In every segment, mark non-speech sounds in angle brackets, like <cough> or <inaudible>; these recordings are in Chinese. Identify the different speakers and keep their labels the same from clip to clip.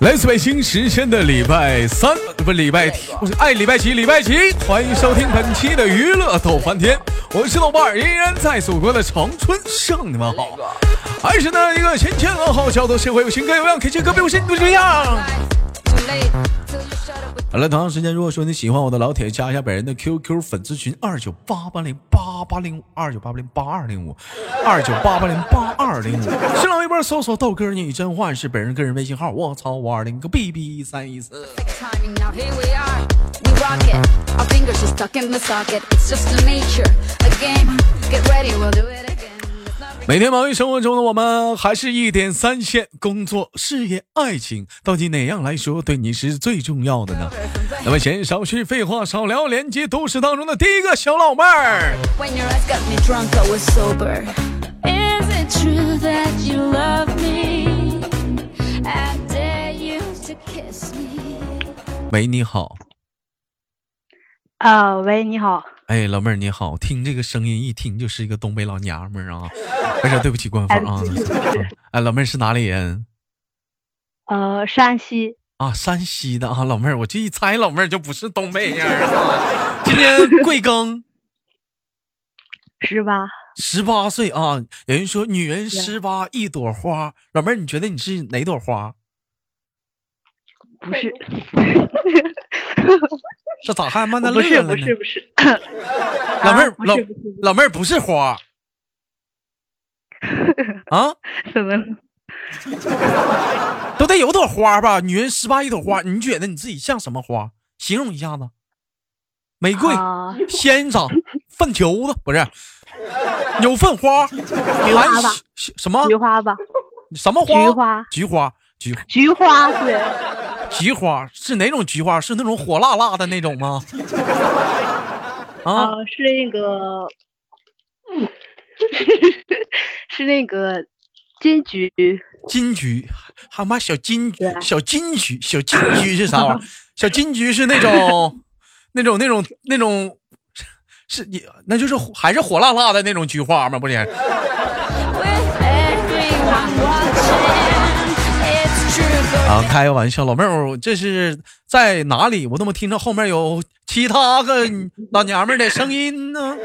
Speaker 1: 来自北京时间的礼拜三，不礼拜天，不是爱礼拜几礼拜几，欢迎收听本期的娱乐逗翻天，我是豆瓣儿，依然在祖国的长春向你们好，还是那一个千千万好，叫做社会有情歌有样，可惜歌不啊有心不这样。好了，同样时间，如果说你喜欢我的老铁，加一下本人的 QQ 粉丝群二九八八零八八零五二九八八零八二零五二九八八零八二零五，新浪微博搜索豆哥你真坏是本人个人微信号，我操五二零个 bb 三一四。
Speaker 2: timing, now here we are. We rock it. Our fingers are stuck in the socket. It's just the nature, a game. Get ready, we'll do it again. It's not
Speaker 1: 每天忙于生活中的我们，还是一点三线：工作、事业、爱情，到底哪样来说对你是最重要的呢？那么闲少叙，废话少聊，连接都市当中的第一个小老妹儿。
Speaker 2: when your eyes got me drunk, I was sober. Is it true that you love me? I dare you to kiss me.
Speaker 1: 喂，你好。
Speaker 3: 啊，喂，你好，
Speaker 1: 哎，老妹儿你好，听这个声音一听就是一个东北老娘们儿啊！哎呀，对不起官方啊！哎，老妹儿是哪里人
Speaker 3: <laughs> 呃，山西，
Speaker 1: 啊？山西的啊，老妹儿，我这一猜老妹儿就不是东北人 <laughs> 儿。今年贵庚？
Speaker 3: 十八，
Speaker 1: 十八岁啊！有人说女人十八一朵花，老妹儿，你觉得你是哪朵花？
Speaker 3: 不是，
Speaker 1: 这咋还慢的
Speaker 3: 不
Speaker 1: 乐
Speaker 3: 是，
Speaker 1: 了
Speaker 3: 不
Speaker 1: 呢
Speaker 3: 是，？不是，
Speaker 1: <laughs> 老妹
Speaker 3: 啊
Speaker 1: 儿，
Speaker 3: 不
Speaker 1: 老
Speaker 3: 是，不是，
Speaker 1: 老妹儿不是花
Speaker 3: <laughs>
Speaker 1: 啊，
Speaker 3: 怎么？
Speaker 1: 都得有朵花吧？女人十八一朵花，你觉得你自己像什么花？形容一下子。玫瑰、
Speaker 3: 啊，
Speaker 1: 仙掌、粪球子不是，牛粪花、蓝
Speaker 3: 花吧
Speaker 1: 什什么
Speaker 3: 菊花吧，
Speaker 1: 什么
Speaker 3: 菊
Speaker 1: 花？
Speaker 3: 花，
Speaker 1: 菊花、菊
Speaker 3: 菊花，对，
Speaker 1: 啊菊花是哪种菊花？是那种火辣辣的那种吗？啊，
Speaker 3: <laughs> 啊，是那个，是那个金桔，
Speaker 1: 金桔，还妈小金
Speaker 3: 对
Speaker 1: 小金桔，小金桔是啥玩
Speaker 3: <laughs>
Speaker 1: 意儿？小金桔是那种那种那种那种是你那就是火还是火辣辣的那种菊花吗？不是。
Speaker 2: With everyone watching, it's true. Go
Speaker 1: 啊，开个玩笑，老妹儿，这是在哪里？我怎么听着后面有其他个老娘们儿的声音呢？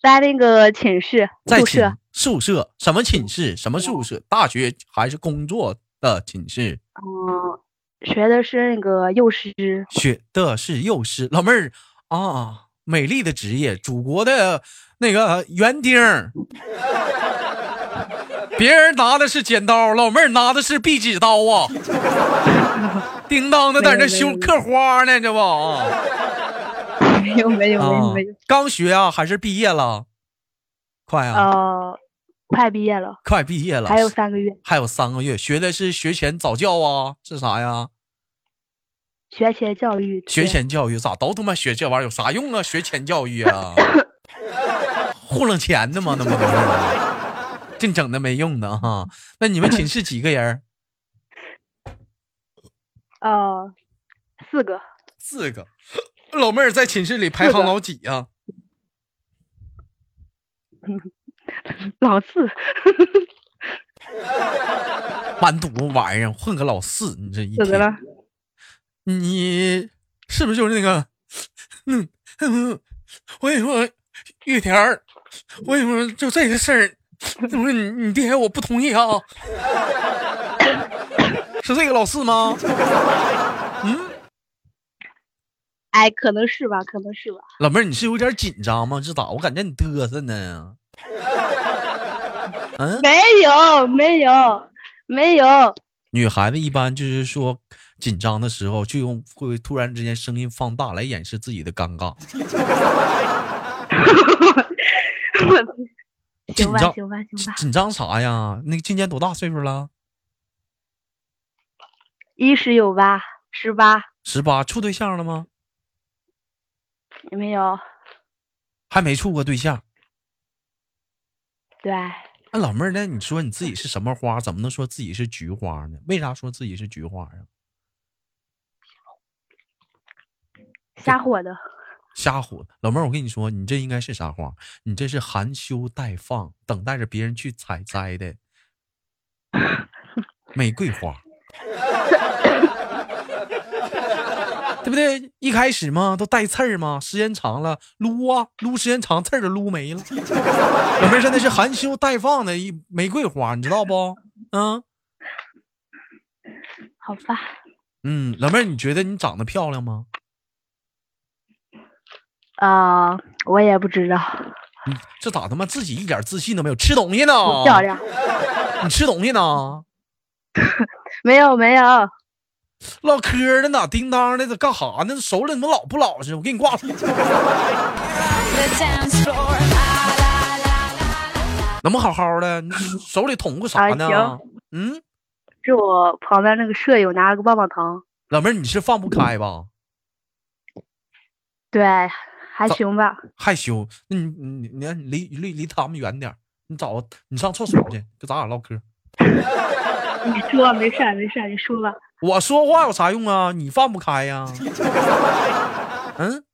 Speaker 3: 在那个寝室
Speaker 1: 在
Speaker 3: 宿
Speaker 1: 寝
Speaker 3: 舍
Speaker 1: 宿舍，什么寝室？什么宿舍？大学还是工作的寝室？
Speaker 3: 嗯学的是那个幼师， <laughs>
Speaker 1: 学的是幼师，老妹儿啊，美丽的职业，祖国的那个园丁儿。 <laughs> 别人拿的是剪刀，老妹儿拿的是壁纸刀啊！叮当的在那
Speaker 3: 没有没
Speaker 1: 修
Speaker 3: 有
Speaker 1: 刻花呢，这不啊？
Speaker 3: 没有，没有，
Speaker 1: 啊
Speaker 3: 没有，没有，，
Speaker 1: 刚学啊，还是毕业了？快啊，
Speaker 3: 呃，快毕业了，
Speaker 1: 快毕业了，
Speaker 3: 还有三个月，
Speaker 1: 还有三个月，学的是学前早教啊，是啥呀？
Speaker 3: 学前教育，
Speaker 1: 学
Speaker 3: 对，
Speaker 1: 前教育咋都他妈学这玩意儿有啥用啊？学前教育 <laughs> 啊，糊弄钱的吗？那不都是，净整那没用的哈、那你们寝室几个人？
Speaker 3: 呃，四个，
Speaker 1: <clears throat> 四个。老妹儿在寝室里排行老几啊呀、 <clears throat>
Speaker 3: 老
Speaker 1: 嗯
Speaker 3: 四。
Speaker 1: 完犊子玩意儿，混个老四，你这一
Speaker 3: 怎么
Speaker 1: 天
Speaker 3: 了？
Speaker 1: 你是不是就是那个？嗯嗯，我跟你说，玉田儿，我跟你说，就这个事儿，怎么你你爹我不同意啊？ <coughs> 是这个老四吗？
Speaker 3: 哎，可能是吧，可能是吧。
Speaker 1: 老妹儿，你是有点紧张吗？这咋？我感觉你嘚瑟呢。嗯，
Speaker 3: 没有，没有，没有。
Speaker 1: 女孩子一般就是说紧张的时候，就用会突然之间声音放大来掩饰自己的尴尬。
Speaker 3: 行
Speaker 1: 紧
Speaker 3: 吧，
Speaker 1: 张
Speaker 3: 行吧，行吧。
Speaker 1: 紧张啥呀？那个今年多大岁数了？
Speaker 3: 一十有吧，十八
Speaker 1: 十八，处对象了吗？
Speaker 3: 有没有？
Speaker 1: 还没处过对象。
Speaker 3: 对，
Speaker 1: 那、哎老妹儿，那你说你自己是什么花？怎么能说自己是菊花呢？为啥说自己是菊花啊呀？
Speaker 3: 瞎火的。
Speaker 1: 瞎唬！老妹儿，我跟你说，你这应该是啥花？你这是含羞待放，等待着别人去采摘的。玫瑰花，对不对？一开始嘛，都带刺儿嘛，时间长了撸啊撸，时间长刺儿都撸没了。 <laughs> 老妹儿真的是含羞待放的一玫瑰花，你知道不？嗯
Speaker 3: 好吧，
Speaker 1: 嗯，老妹儿，你觉得你长得漂亮吗？
Speaker 3: 啊、我也不知道，
Speaker 1: 你这咋他妈自己一点自信都没有？吃东西呢？
Speaker 3: 不漂亮，
Speaker 1: 你吃东西呢？
Speaker 3: 没有没有，
Speaker 1: 唠嗑的呢，叮当的，这干哈呢？手里怎么老不老实？我给你挂了。
Speaker 2: The dance floor. Ah, la, la, la.
Speaker 1: 能不好好的？你手里捅过啥
Speaker 3: 啊
Speaker 1: 呢？
Speaker 3: 行
Speaker 1: 嗯，
Speaker 3: 是我旁边那个舍友拿了个棒棒糖，
Speaker 1: 老妹儿，你是放不开吧？
Speaker 3: 对，还
Speaker 1: 咋
Speaker 3: 行吧，
Speaker 1: 害羞？那你你你离离离他们远点儿你找你上厕所去，跟咱俩唠嗑。
Speaker 3: 你说没事儿没事儿，你说吧，
Speaker 1: 我说话有啥用啊？你放不开
Speaker 3: <laughs>
Speaker 1: 呀、嗯，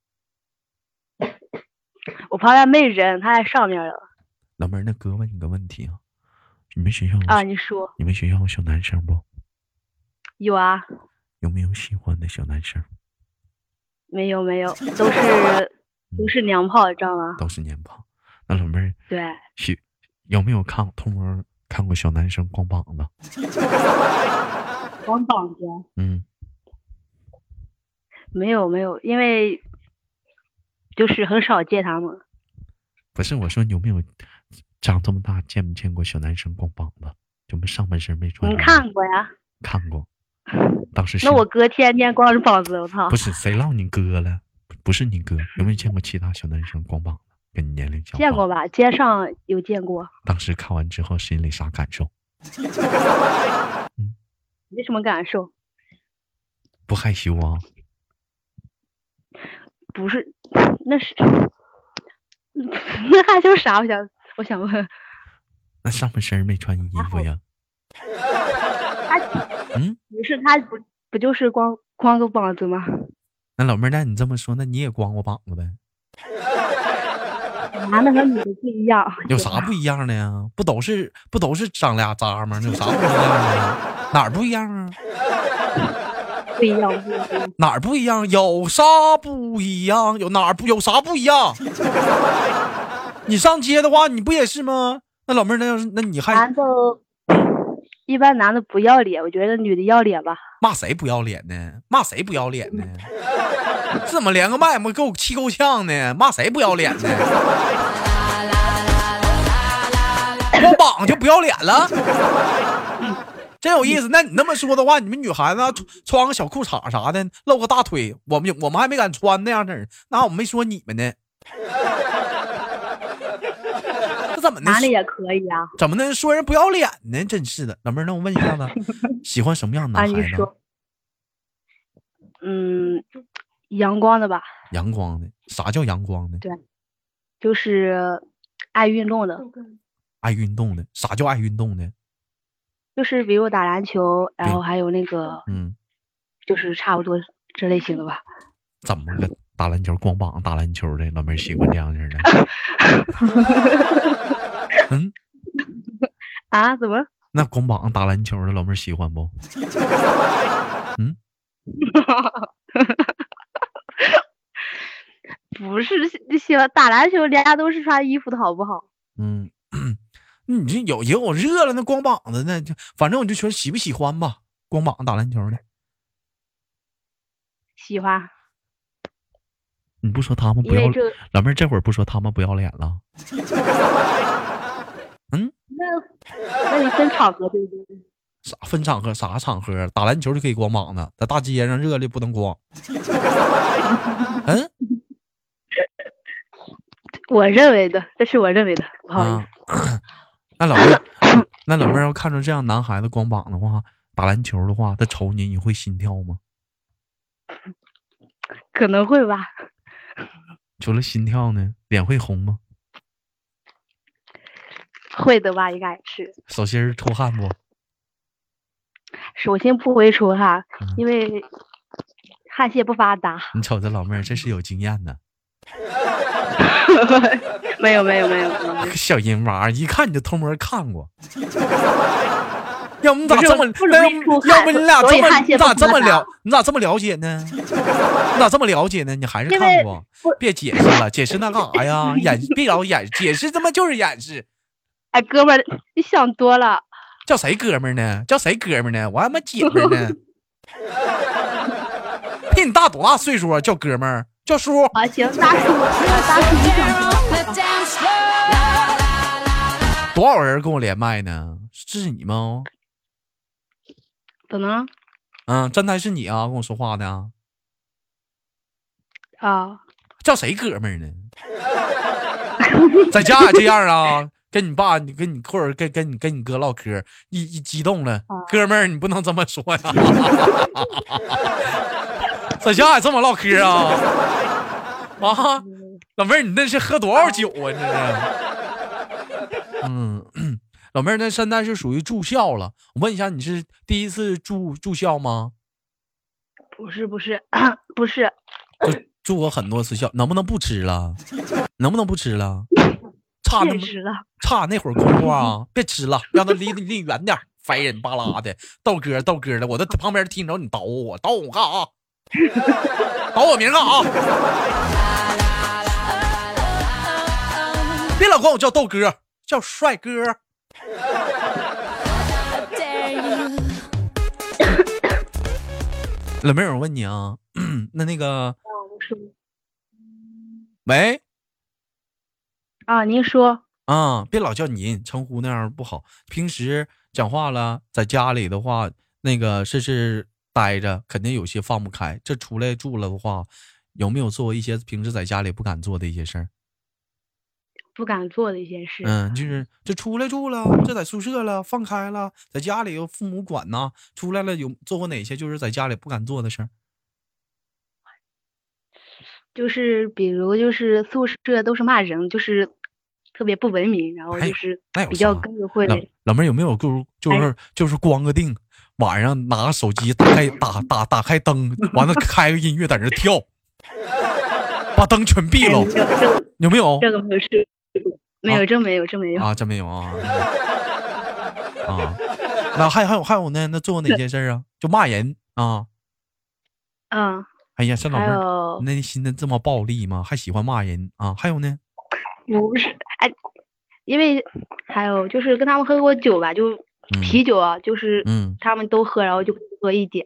Speaker 3: 我旁边没人，他在上面了
Speaker 1: 老妹儿，那哥问你个问题啊，你们学校有
Speaker 3: 啊，你说
Speaker 1: 你们学校有小男生不？
Speaker 3: 有啊？
Speaker 1: 有没有喜欢的小男生？
Speaker 3: 没
Speaker 1: <laughs>
Speaker 3: 有没有，都是都是娘炮，你知道吗？
Speaker 1: 都是年胖。那老妹儿
Speaker 3: 对，
Speaker 1: 喜有没有看偷摸看过小男生光膀子？
Speaker 3: 光膀子。
Speaker 1: 嗯，
Speaker 3: 没有没有，因为就是很少见他们。
Speaker 1: 不是，我说你有没有长这么大见没见过小男生光膀子？就没上半身没穿
Speaker 3: 你
Speaker 1: 衣服。
Speaker 3: 看过呀？
Speaker 1: 看过，当时
Speaker 3: 那
Speaker 1: 是
Speaker 3: 我哥天天光着膀子，我操
Speaker 1: 不！是谁让你哥了？不不是你哥，有没有见过其他小男生光膀子？跟你年龄相
Speaker 3: 见
Speaker 1: 仿
Speaker 3: 过。吧？街上有见过，
Speaker 1: 当时看完之后心里啥感受？
Speaker 3: 没什么感受。
Speaker 1: 不害羞啊？
Speaker 3: 不是，那是 <laughs> 那害羞啥？我想我想问，
Speaker 1: 那上半身没穿衣服呀？嗯，
Speaker 3: 不是他不不就是光光个膀子吗？
Speaker 1: 那老妹儿，那你这么说，那你也光过膀子呗？
Speaker 3: 男的和女的不一样。
Speaker 1: 有
Speaker 3: 姐
Speaker 1: 啥不一样的呀？不都是不都是长俩渣吗？那有啥不一样的呀？哪儿不一样啊？
Speaker 3: 不一样？不一样
Speaker 1: 哪儿不一样？有啥不一样？有哪儿不有啥不一样？ <laughs> 你上街的话，你不也是吗？那老妹儿，那要是那你还
Speaker 3: 男的一般男的不要脸，我觉得女的要脸吧。
Speaker 1: 骂谁不要脸呢？骂谁不要脸呢？这怎么连个麦没给我气够呛呢？骂谁不要脸呢？光膀就不要脸了，真有意思。那你那么说的话，你们女孩子啊穿穿个小裤衩啥的，露个大腿，我们我们还没敢穿那样式儿，那我们没说你们呢。这怎么的？
Speaker 3: 男的也可以啊。
Speaker 1: 怎么能说人不要脸呢？真是的，老妹儿，那我问一
Speaker 3: <laughs>
Speaker 1: 下子，喜欢什么样的
Speaker 3: 啊，
Speaker 1: 男
Speaker 3: 你
Speaker 1: 孩子？
Speaker 3: 说，嗯，阳光的吧，
Speaker 1: 阳光的，啥叫阳光的？
Speaker 3: 就是爱运动的，
Speaker 1: 爱运动的，啥叫爱运动的？
Speaker 3: 就是比如打篮球，然
Speaker 1: 对
Speaker 3: 后还有那个
Speaker 1: 嗯，
Speaker 3: 就是差不多这类型的吧。
Speaker 1: 怎么个打篮球光膀打篮球的？老妹儿喜欢这样式的？ <laughs> 嗯，
Speaker 3: 啊？怎么？ <laughs>
Speaker 1: 那光膀打篮球的老妹儿喜欢不？
Speaker 3: 不是喜喜欢打篮球，人家都是穿衣服的好不好？
Speaker 1: 嗯，你这有有热了，那光膀子那就反正我就觉得喜不喜欢吧，光膀打篮球的，
Speaker 3: 喜欢，
Speaker 1: 你不说他们
Speaker 3: 因
Speaker 1: 不要
Speaker 3: 为这
Speaker 1: 老妹儿这会儿不说他们不要脸了？
Speaker 3: 那那你分场合对不对？
Speaker 1: 啥分场合啥场合？打篮球就可以光膀子，在大街上热的不能光。 <laughs> 嗯，
Speaker 3: 我认为的，这是我认为的，不好意
Speaker 1: 啊 <clears throat>
Speaker 3: 思，，
Speaker 1: 那老妹儿， <clears throat> 那老妹儿要看着这样男孩子光膀的话，打篮球的话，他瞅你，你会心跳吗？
Speaker 3: 可能会吧，
Speaker 1: 除了心跳呢，脸会红吗？
Speaker 3: 会的吧，应该是。
Speaker 1: 手心儿出汗不？
Speaker 3: 首先不会出汗
Speaker 1: 嗯，
Speaker 3: 因为汗腺不发达。
Speaker 1: <laughs> 你瞅这老妹儿，这是有经验的，
Speaker 3: <laughs> 没有没有没有没有，
Speaker 1: 小淫娃儿一看你就偷摸看过。 <laughs> 要不你咋
Speaker 3: 不是
Speaker 1: 这么
Speaker 3: 不，
Speaker 1: 那要
Speaker 3: 容易出
Speaker 1: 不
Speaker 3: 汗
Speaker 1: 要不你俩
Speaker 3: 所
Speaker 1: 这
Speaker 3: 以
Speaker 1: 么，
Speaker 3: 汗
Speaker 1: 你
Speaker 3: 腺
Speaker 1: 咋
Speaker 3: 不
Speaker 1: 这么
Speaker 3: 发达
Speaker 1: 了，你咋这么了解呢？ <laughs> 你咋这么了解呢？你还是
Speaker 3: 因
Speaker 1: 看
Speaker 3: 为
Speaker 1: 过
Speaker 3: 不，
Speaker 1: 别解释了，解释那干啥呀？掩别老掩，解释他妈就是掩饰。
Speaker 3: 哎，哥们儿，你想多了。
Speaker 1: 叫谁哥们儿呢？叫谁哥们儿呢？我还他妈姐们儿
Speaker 3: <laughs>
Speaker 1: 呢。 <laughs> 比你大多大岁数啊？叫哥们儿，叫叔。
Speaker 3: 啊，行，大叔，大叔，你想多了。
Speaker 2: The dance floor.
Speaker 1: 多少人跟我连麦呢？是你吗？
Speaker 3: 怎么了？
Speaker 1: 嗯，站台是你啊，跟我说话的啊。
Speaker 3: 啊，
Speaker 1: 叫谁哥们儿呢？在家也这样啊，跟你爸、你跟你或者跟跟你跟你哥唠嗑，一一激动了，哥们儿，你不能这么说呀、 <laughs> 在家也这么唠嗑啊？啊，老妹儿，你那是喝多少酒啊？你这是？嗯，老妹儿，那现在是属于住校了。我问一下，你是第一次住住校吗？
Speaker 3: 不是不是 <clears throat> 不是，
Speaker 1: 啊就住过很多次校，能不能不吃了？能不能不吃了？差那
Speaker 3: 现
Speaker 1: 么
Speaker 3: 实了。啊
Speaker 1: 差那会儿功夫啊，别吃了，让他离离离远点儿，烦人巴拉的，豆哥豆哥的，我在旁边听着你捣我，捣我干啥？捣我名干啊啥？别老管我叫豆哥，叫帅哥。
Speaker 2: Dare you?
Speaker 1: 老妹儿，我问你啊， <clears throat> 那那个
Speaker 3: 我说
Speaker 1: 喂
Speaker 3: 啊，您说
Speaker 1: 啊、别老叫您称呼那样不好。平时讲话了，在家里的话，那个是是待着，肯定有些放不开。这出来住了的话，有没有做一些平时在家里不敢做的一些事儿？
Speaker 3: 不敢做的一件事。
Speaker 1: 嗯，就是这出来住了，这在宿舍了，放开了，在家里有父母管呐。出来了有做过哪些就是在家里不敢做的事儿？
Speaker 3: 就是比如就是宿舍都是骂人，就是特别不文明，然后
Speaker 1: 哎
Speaker 3: 就是
Speaker 1: 那有
Speaker 3: 比较
Speaker 1: 啥
Speaker 3: 跟着会哎
Speaker 1: 老老妹儿有没有就是就是就是光个腚，晚上拿手机打开打打打开灯，完了开个音乐在那跳，把灯全闭
Speaker 3: 哎
Speaker 1: 了，
Speaker 3: 这个这个
Speaker 1: 有没有？
Speaker 3: 这个没有试过，没
Speaker 1: 啊
Speaker 3: 有真没有真没有。
Speaker 1: 啊，真没有啊。啊，那还还有还有呢？那做过哪些事儿啊？就骂人啊！
Speaker 3: 嗯，
Speaker 1: 哎呀，这老妹
Speaker 3: 还
Speaker 1: 儿，
Speaker 3: 有
Speaker 1: 那心的这么暴力吗？还喜欢骂人啊？还有呢？
Speaker 3: 不是哎，因为还有就是跟他们喝过酒吧，就
Speaker 1: 嗯
Speaker 3: 啤酒啊，就是
Speaker 1: 嗯，
Speaker 3: 他们都喝，然后就喝一点，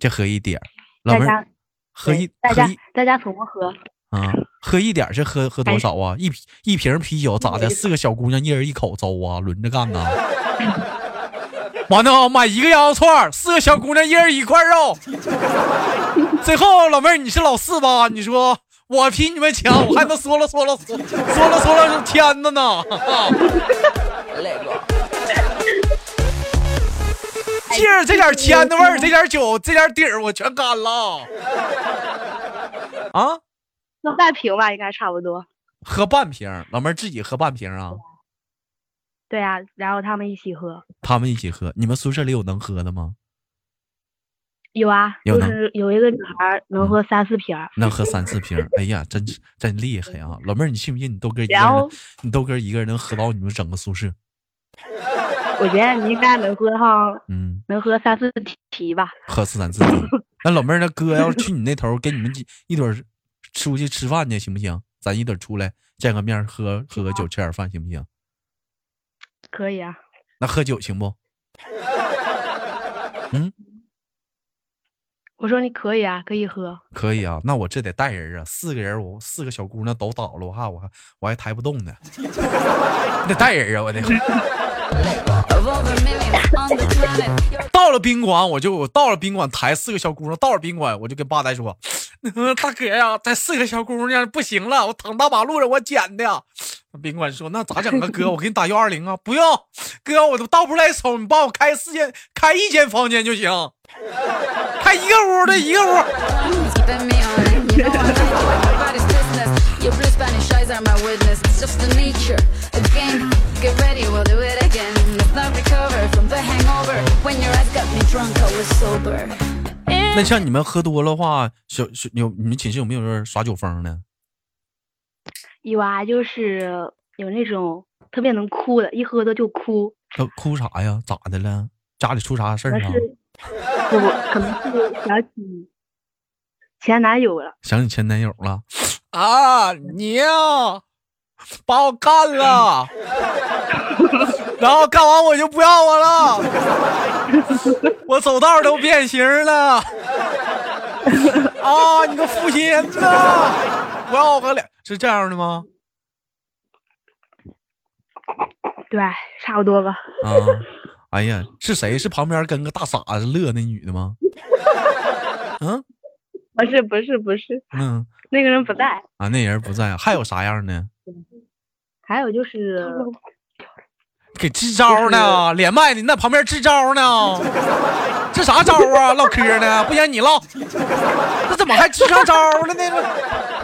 Speaker 1: 就喝一点儿，老
Speaker 3: 大
Speaker 1: 妹儿
Speaker 3: 家
Speaker 1: 喝
Speaker 3: 对
Speaker 1: 一
Speaker 3: 大
Speaker 1: 喝
Speaker 3: 家
Speaker 1: 一
Speaker 3: 大家怎么喝？
Speaker 1: 啊，喝一点儿是喝喝多
Speaker 3: 哎
Speaker 1: 少啊？一瓶一瓶啤酒咋的？四个小姑娘一人一口粥啊，轮着干呐。完了，啊买一个羊肉串儿，四个小姑娘一人一块肉。最后，老妹儿你是老四吧？你说我比你们强，我还能缩了缩了缩缩了缩了签子呢。借着这点签子味儿，这点酒，这点底儿，我全干了。啊，
Speaker 3: 那半瓶吧，应该差不多。
Speaker 1: 喝半瓶儿，老妹儿自己喝半瓶儿啊。
Speaker 3: 对啊，然后他们一起喝。
Speaker 1: 他们一起喝，你们宿舍里有能喝的吗？
Speaker 3: 有啊，
Speaker 1: 有
Speaker 3: 就
Speaker 1: 呢嗯
Speaker 3: 是有一个女孩儿能喝三四瓶儿，
Speaker 1: 能喝三四
Speaker 3: <laughs>
Speaker 1: 瓶儿，哎呀，真是真厉害啊！老妹儿，你信不信你豆哥一个
Speaker 3: 然
Speaker 1: 人
Speaker 3: 后，
Speaker 1: 你豆哥一个人能喝到你们整个宿舍？
Speaker 3: 我觉得你应该能喝上，
Speaker 1: 嗯，
Speaker 3: 能喝三四提吧。
Speaker 1: 喝四三四瓶。那老妹儿，那哥要去你那头儿跟你们几一堆儿出去吃饭去，行不行？咱一堆儿出来见个面儿，喝喝个酒，吃点儿饭，行不行？
Speaker 3: 可以啊，
Speaker 1: 那喝酒行不？
Speaker 3: 我说你可以啊，可以喝。
Speaker 1: 可以啊，那我这得带人啊，四个人我四个小姑娘都倒了，我还我还我还抬不动呢， <laughs> 你得带人啊，我得。
Speaker 2: Of over million on the planet.
Speaker 1: 到了宾馆，我就我到了宾馆抬四个小姑娘，到了宾馆我就跟吧台说：“ <laughs> 大哥呀、这四个小姑娘不行了，我躺大马路上我捡的。”宾馆说：“那咋整啊，哥？我给你打幺二零啊！不用，哥，我都倒不来手，你帮我开四间，开一间房间就行，开一个屋的一个屋。
Speaker 2: It's keeping me on it. You know I like you. Everybody's business. Your blue Spanish eyes are my witness. It's just the nature. Again, get ready, we'll do it again. Let's not recover from the hangover. When your eyes got me drunk, I was sober.
Speaker 1: 那像你们喝多了话，小小有你们寝室有没有人耍酒疯的？
Speaker 3: 有啊，就是有那种特别能哭的，一喝多就哭，
Speaker 1: 他哭啥呀？咋的了？家里出啥事
Speaker 3: 可
Speaker 1: 儿啊
Speaker 3: 能
Speaker 1: 了？
Speaker 3: 是，不不，可能是想起前男友了。
Speaker 1: 想你前男友了啊！你呀、把我干了，然后干完我就不要我了，我走道都变形了。啊，你个负心人呐！不要我个脸，是这样的吗？
Speaker 3: 对，差不多吧。
Speaker 1: 啊，哎呀，是谁？是旁边跟个大傻子乐那女的吗？嗯
Speaker 3: 不是不是不是，
Speaker 1: 嗯
Speaker 3: 那个人不在。
Speaker 1: 啊，那人不在，还有啥样的？
Speaker 3: 还有就是，
Speaker 1: 给支招呢，连麦呢，你那旁边支招 <laughs> 呢，这啥招啊？唠嗑呢？不嫌你唠，那怎么还支上招了呢？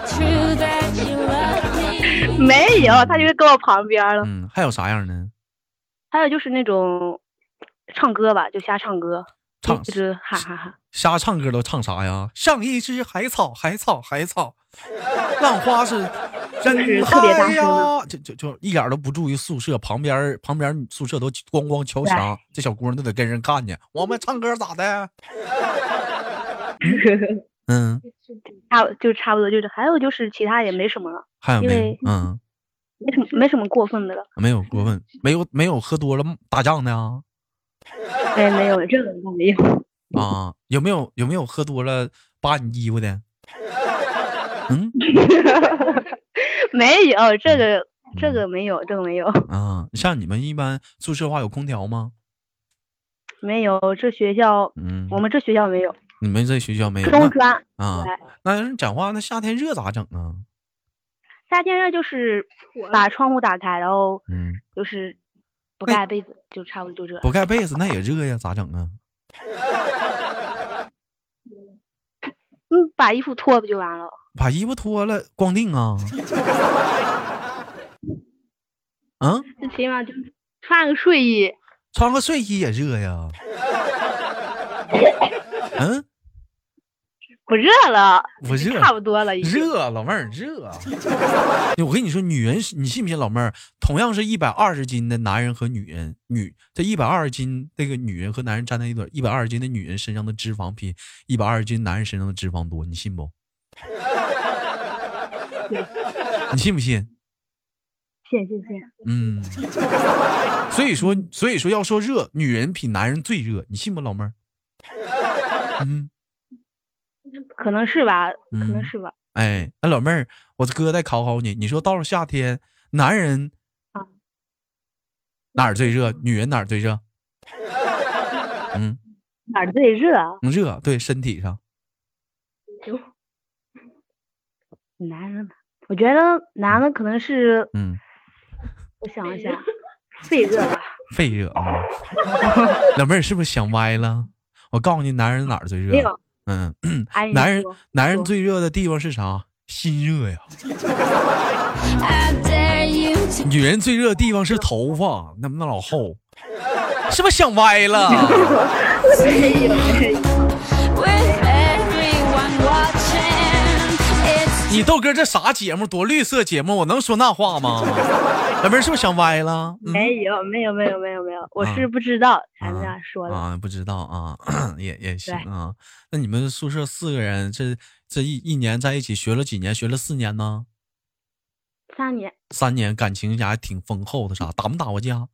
Speaker 2: True that you love me.
Speaker 3: 没有，他就是跟我旁边了。
Speaker 1: 嗯，还有啥样呢？
Speaker 3: 还有就是那种唱歌吧，就瞎唱歌，
Speaker 1: 唱
Speaker 3: 一直喊喊喊。
Speaker 1: 瞎唱歌都唱啥呀？上一只海草，海草，海草，浪花是
Speaker 3: 就是
Speaker 1: 人
Speaker 3: 特别大
Speaker 1: 海
Speaker 3: 声
Speaker 1: 呀！就就就一点都不注意宿舍旁边，旁边宿舍都咣咣敲墙，这小姑娘都得跟人看去。我们唱歌咋的？嗯，
Speaker 3: <laughs> 差不就差不多就是，还有就是其他也没什么了，
Speaker 1: 还有
Speaker 3: 因
Speaker 1: 没有
Speaker 3: 为？
Speaker 1: 嗯。
Speaker 3: 没什么没什么过分的了，
Speaker 1: 没有过分，没有没有喝多了打仗的啊
Speaker 3: 哎，没有，这个倒没有，
Speaker 1: 啊，有没有有没有喝多了扒你衣服的？嗯
Speaker 3: <laughs> 没有，哦这个这个没有，这个没有，
Speaker 1: 啊，像你们一般宿舍话有空调吗？
Speaker 3: 没有，这学校
Speaker 1: 嗯，
Speaker 3: 我们这学校没有，
Speaker 1: 你们这学校没有
Speaker 3: 中
Speaker 1: 那
Speaker 3: 专，
Speaker 1: 啊？
Speaker 3: 对，
Speaker 1: 那人讲话，那夏天热咋整啊？
Speaker 3: 夏天热就是把窗户打开，然后
Speaker 1: 嗯，
Speaker 3: 就是不
Speaker 1: 那
Speaker 3: 盖被子，就差不多就这，
Speaker 1: 不盖被子那也热呀，咋整啊？
Speaker 3: 嗯，把衣服脱不就完了？
Speaker 1: 把衣服脱了光腚啊？ <laughs> 啊，
Speaker 3: 最起码就穿个睡衣，
Speaker 1: 穿个睡衣也热呀？ <laughs> 嗯，
Speaker 3: 不热了，
Speaker 1: 不热
Speaker 3: 差不多了，已经。
Speaker 1: 热，老妹儿热。 <laughs> 我跟你说，女人是，你信不信？老妹儿，同样是一百二十斤的男人和女人，女这一百二十斤那个女人和男人站在一堆，一百二十斤的女人身上的脂肪比一百二十斤男人身上的脂肪多，你信不？你信不信？
Speaker 3: 谢谢谢。
Speaker 1: 嗯。所以说，所以说要说热，女人比男人最热，你信不，老妹儿？嗯。
Speaker 3: 可能是吧，可
Speaker 1: 嗯
Speaker 3: 能是吧。
Speaker 1: 哎，那老妹儿，我这哥再考考你，你说到了夏天，男人
Speaker 3: 啊
Speaker 1: 哪儿最热？女人哪儿最热？ <laughs> 嗯，
Speaker 3: 哪儿最热啊？
Speaker 1: 热，对身体上。
Speaker 3: 男人吧，我觉得男的可能是，
Speaker 1: 嗯，
Speaker 3: 我想一下，最热吧。
Speaker 1: 肺热啊。 <laughs> 老妹儿是不是想歪了？我告诉你，男人哪儿最
Speaker 3: 没
Speaker 1: 热
Speaker 3: 有？，
Speaker 1: 嗯，
Speaker 3: 哎，你
Speaker 1: 男人
Speaker 3: 说
Speaker 1: 男人
Speaker 3: 说
Speaker 1: 最热的地方是啥？心热呀。
Speaker 2: I dare you to
Speaker 1: 女人最热的地方是头发，那那老厚，是不是想歪了？
Speaker 3: 没有没有
Speaker 2: with everyone watching. It's
Speaker 1: 你豆哥这啥节目？多绿色节目，我能说那话
Speaker 3: <laughs>
Speaker 1: 吗？老妹儿是不是想歪了？嗯
Speaker 3: 没有没有没有没有没有，我
Speaker 1: 啊
Speaker 3: 是不知道才
Speaker 1: 啊
Speaker 3: 那样说的。
Speaker 1: 啊，不知道啊， <clears throat> 也也行
Speaker 3: 对
Speaker 1: 啊。那你们宿舍四个人，这这一一年在一起学了几年？学了四年呢？
Speaker 3: 三年
Speaker 1: 三年，感情也还挺丰厚的，啥？打没打过架？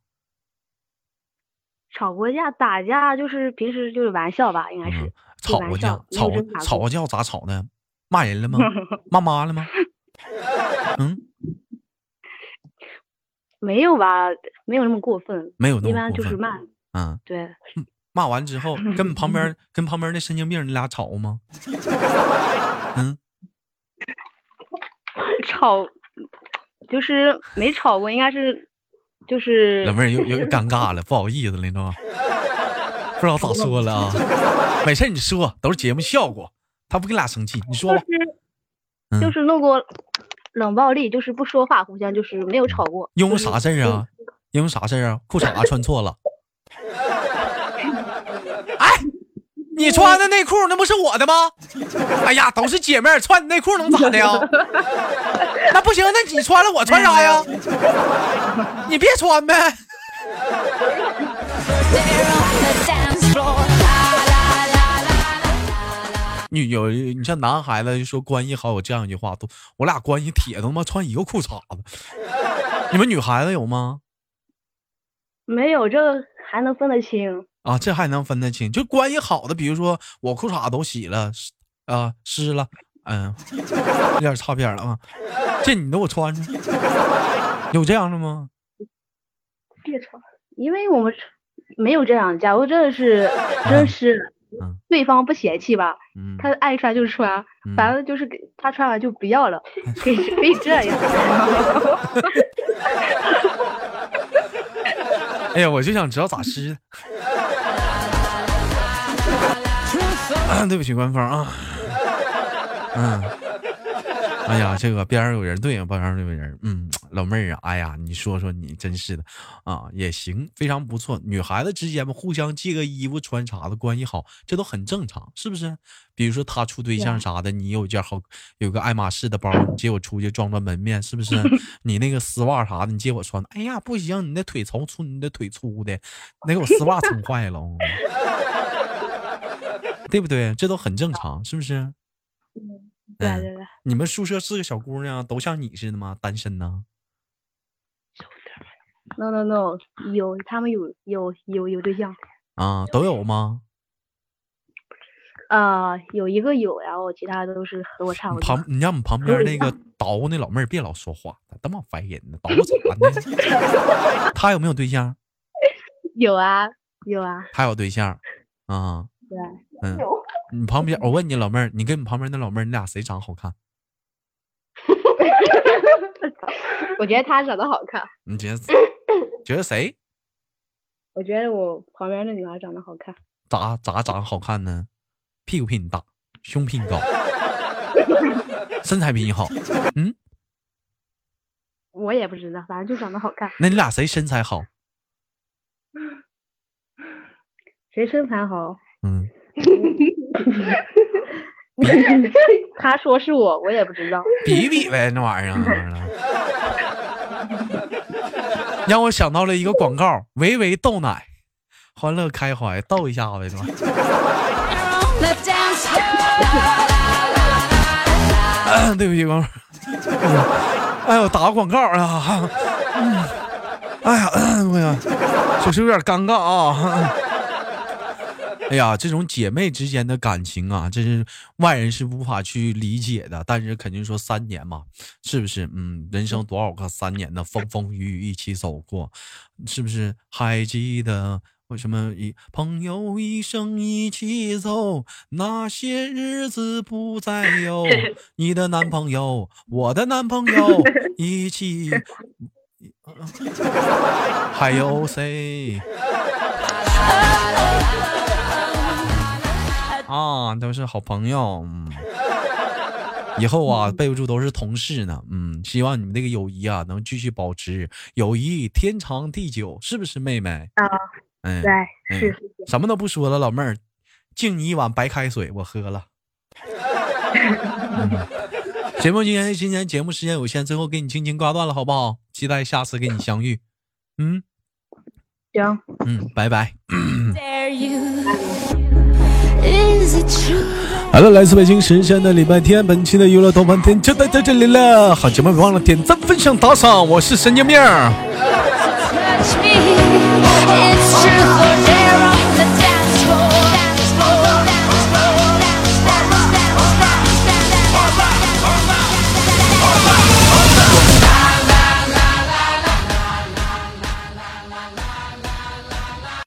Speaker 3: 吵过架，打架就是平时就是玩笑吧，应该是
Speaker 1: 嗯。吵过架？
Speaker 3: 没有
Speaker 1: 吵
Speaker 3: 玩笑没有真打过
Speaker 1: 吵过架咋吵的？骂人
Speaker 3: <laughs>
Speaker 1: 了吗？骂妈了吗？嗯，
Speaker 3: 没有吧，没有那么过分，
Speaker 1: 没有那
Speaker 3: 一
Speaker 1: 么
Speaker 3: 般
Speaker 1: 过
Speaker 3: 就是
Speaker 1: 分。
Speaker 3: 骂，
Speaker 1: 嗯，
Speaker 3: 对， <laughs>
Speaker 1: 骂完之后跟旁边跟旁边那神经病你俩吵过吗？嗯，
Speaker 3: 吵就是没吵过，应该是就是
Speaker 1: 老妹儿有有点尴尬了，不好意思了，你知道吗？不知道咋说了啊？没事儿，你说，都是节目效果。他不跟俩生气，你说吧。嗯
Speaker 3: 就是弄过冷暴力，就是不说话，互相就是嗯没有吵过。
Speaker 1: 因为啥事儿啊？因为啥事儿啊？裤衩穿错
Speaker 3: <laughs>
Speaker 1: 了。哎，你穿的内裤那不是我的吗？哎呀，都是姐妹儿穿你内裤能咋的呀？ <laughs> 那不行，那你穿了我穿啥呀？你别穿呗。
Speaker 2: They're on the dance floor. La, la, la, la, la.
Speaker 1: <laughs> 你有你像男孩子就说关系好有这样一句话，都我俩关系铁，都他妈穿一个裤衩子。你们女孩子有吗？
Speaker 3: 没有这个还能分得清？
Speaker 1: 啊，这还能分得清？就关系好的，比如说我裤衩都洗了，湿啊湿了，嗯， <laughs> 有点擦边了啊，这你都给我穿上，有这样的吗？
Speaker 3: 别吵，因为我们没有这样。假如真的是，真是
Speaker 1: 嗯
Speaker 3: 对方不嫌弃吧，
Speaker 1: 嗯，
Speaker 3: 他爱穿就穿，
Speaker 1: 嗯
Speaker 3: 反正就是给他穿完就不要
Speaker 1: <laughs>
Speaker 3: 了，可以可以这啊
Speaker 1: 嗯
Speaker 3: 样。
Speaker 1: 哎呀，我就想知道咋湿的。 <coughs> 对不起，官方啊。嗯，哎呀，这个边上有人对啊，边上有人，嗯，老妹儿啊，哎呀，你说说你真是的啊，也行，非常不错。女孩子之间嘛，互相借个衣服穿啥的，关系好，这都很正常，是不是？比如说他处对象啥的，你有一件好，有个爱马仕的包，你借我出去装装门面，是不是？你那个丝袜啥的，你借我穿，哎呀，不行，你那腿长粗，你那腿粗的，那给我丝袜撑坏了。嗯 <laughs> 对不对？这都很正常，是不是？
Speaker 3: 对啊
Speaker 1: 嗯
Speaker 3: 对对，
Speaker 1: 你们宿舍四个小姑娘都像你似的吗？单身呢？
Speaker 3: ，no no no，有他们有有有有对象，
Speaker 1: 啊，都有吗？
Speaker 3: 啊，有一个有，然后其他都是和我差
Speaker 1: 你
Speaker 3: 不多
Speaker 1: 旁。你让我们旁边那个捣鼓那老妹儿别老说话，咋这么烦人呢？捣鼓啥呢？ <laughs> 她有没有对象？
Speaker 3: 有啊有啊，
Speaker 1: 她有对象啊？
Speaker 3: 对，
Speaker 1: 嗯，你旁边我问你老妹儿，你跟你旁边那老妹儿，你俩谁长好看？
Speaker 3: 我觉得他长得好看，
Speaker 1: 你觉得觉得谁
Speaker 3: 我觉得我旁边那女孩长得好看，
Speaker 1: 咋咋长好看呢？屁股比你大，胸比你
Speaker 3: <laughs>
Speaker 1: 高，身材比你好。嗯，
Speaker 3: 我也不知道，反正就长得好看。
Speaker 1: 那你俩谁身材好？
Speaker 3: 谁身
Speaker 1: <laughs>
Speaker 3: 材好？ <laughs>
Speaker 1: 嗯，
Speaker 3: 他说是我，我也不知道。
Speaker 1: 比比呗，那玩意儿。让我想到了一个广告，维维豆奶，欢乐开怀，逗一下子是吧？ <clears throat>
Speaker 2: The dance floor.
Speaker 1: 对不起，哥们儿。哎呦，打个广告啊！哎呀，我呀，就是有点尴尬啊。哎呀，这种姐妹之间的感情啊，这是外人是无法去理解的。但是肯定说三年嘛，是不是？嗯，人生多少个三年的风风雨雨一起走过，是不是？还记得为什么一朋友一生一起走，那些日子不再有。你的男朋友，我的男朋友，一起， <laughs> 还有谁？啊，都是好朋友。嗯以后啊，备不住都是同事呢。嗯，希望你们这个友谊啊能继续保持，友谊天长地久，是不是，妹妹？
Speaker 3: 啊，
Speaker 1: 嗯，
Speaker 3: 对，是
Speaker 1: 嗯什么都不说了，老妹儿，敬你一碗白开水，我喝了。嗯节目今天今天节目时间有限，最后给你轻轻挂断了，好不好？期待下次跟你相遇。嗯
Speaker 3: 行。
Speaker 1: 嗯，拜拜。
Speaker 2: Dare you? Is it true?
Speaker 1: 好了，来自北京时间的礼拜天，本期的娱乐豆瓣天就到这里了。好节目别忘了点赞、分享、打赏，我是神经病儿。
Speaker 2: Touch me.